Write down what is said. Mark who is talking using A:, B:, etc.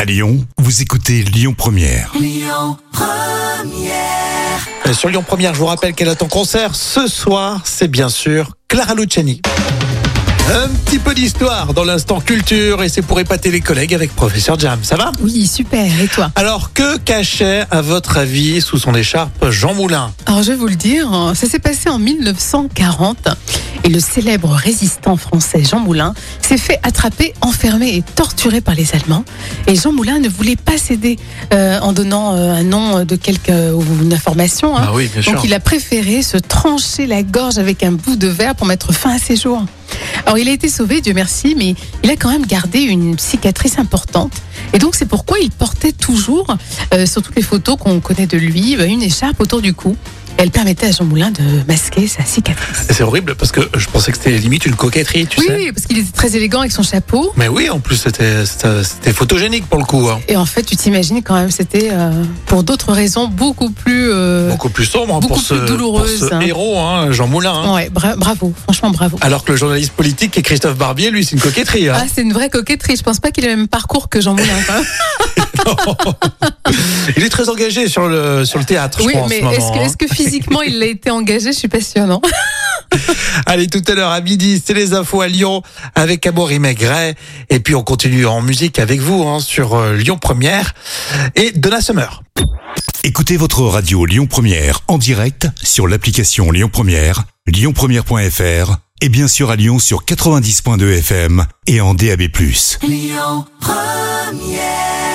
A: À Lyon, vous écoutez Lyon Première.
B: Et Euh, Sur Lyon Première, je vous rappelle qu'elle est en concert ce soir. C'est bien sûr Clara Luciani. Un petit peu d'histoire dans l'instant culture et c'est pour épater les collègues avec professeur Jam. Ça va
C: Oui, super. Et toi
B: Alors que cachait, à votre avis, sous son écharpe Jean Moulin
C: Alors, je vais vous le dire, hein, ça s'est passé en 1940 et le célèbre résistant français Jean Moulin s'est fait attraper, enfermé et torturé par les Allemands. Et Jean Moulin ne voulait pas céder euh, en donnant euh, un nom de quelque euh, ou une information. hein.
B: Ah oui, bien
C: Donc, il a préféré se trancher la gorge avec un bout de verre pour mettre fin à ses jours. Alors, il a été sauvé, Dieu merci, mais il a quand même gardé une cicatrice importante. Et donc, c'est pourquoi il portait toujours, euh, sur toutes les photos qu'on connaît de lui, bah, une écharpe autour du cou. Elle permettait à Jean Moulin de masquer sa cicatrice.
B: C'est horrible parce que je pensais que c'était limite une coquetterie, tu
C: oui,
B: sais.
C: oui, parce qu'il était très élégant avec son chapeau.
B: Mais oui, en plus, c'était- c'était c'était photogénique pour le coup. hein.
C: Et en fait, tu t'imagines quand même, c'était euh, pour d'autres raisons beaucoup plus. euh,
B: Beaucoup plus sombre hein,
C: Beaucoup
B: pour ce,
C: plus douloureuse,
B: pour ce
C: hein.
B: héros, hein, Jean Moulin. hein.
C: Ouais, bra- bravo, franchement bravo.
B: Alors que le journaliste politique et Christophe Barbier, lui, c'est une coquetterie. hein.
C: Ah, c'est une vraie coquetterie. Je pense pas qu'il ait le même parcours que Jean Moulin. quand même.
B: Il est très engagé sur le, sur le théâtre, je
C: oui,
B: crois, en
C: mais
B: ce moment,
C: est-ce que,
B: hein.
C: est-ce que physiquement il a été engagé Je suis pas sûre, non
B: Allez, tout à l'heure à midi, c'est les infos à Lyon avec Amaury Maigret. Et puis on continue en musique avec vous hein, sur euh, Lyon Première et Donna Summer.
A: Écoutez votre radio Lyon Première en direct sur l'application Lyon Première, lyonpremière.fr et bien sûr à Lyon sur 90.2 FM et en DAB+.
D: Lyon Première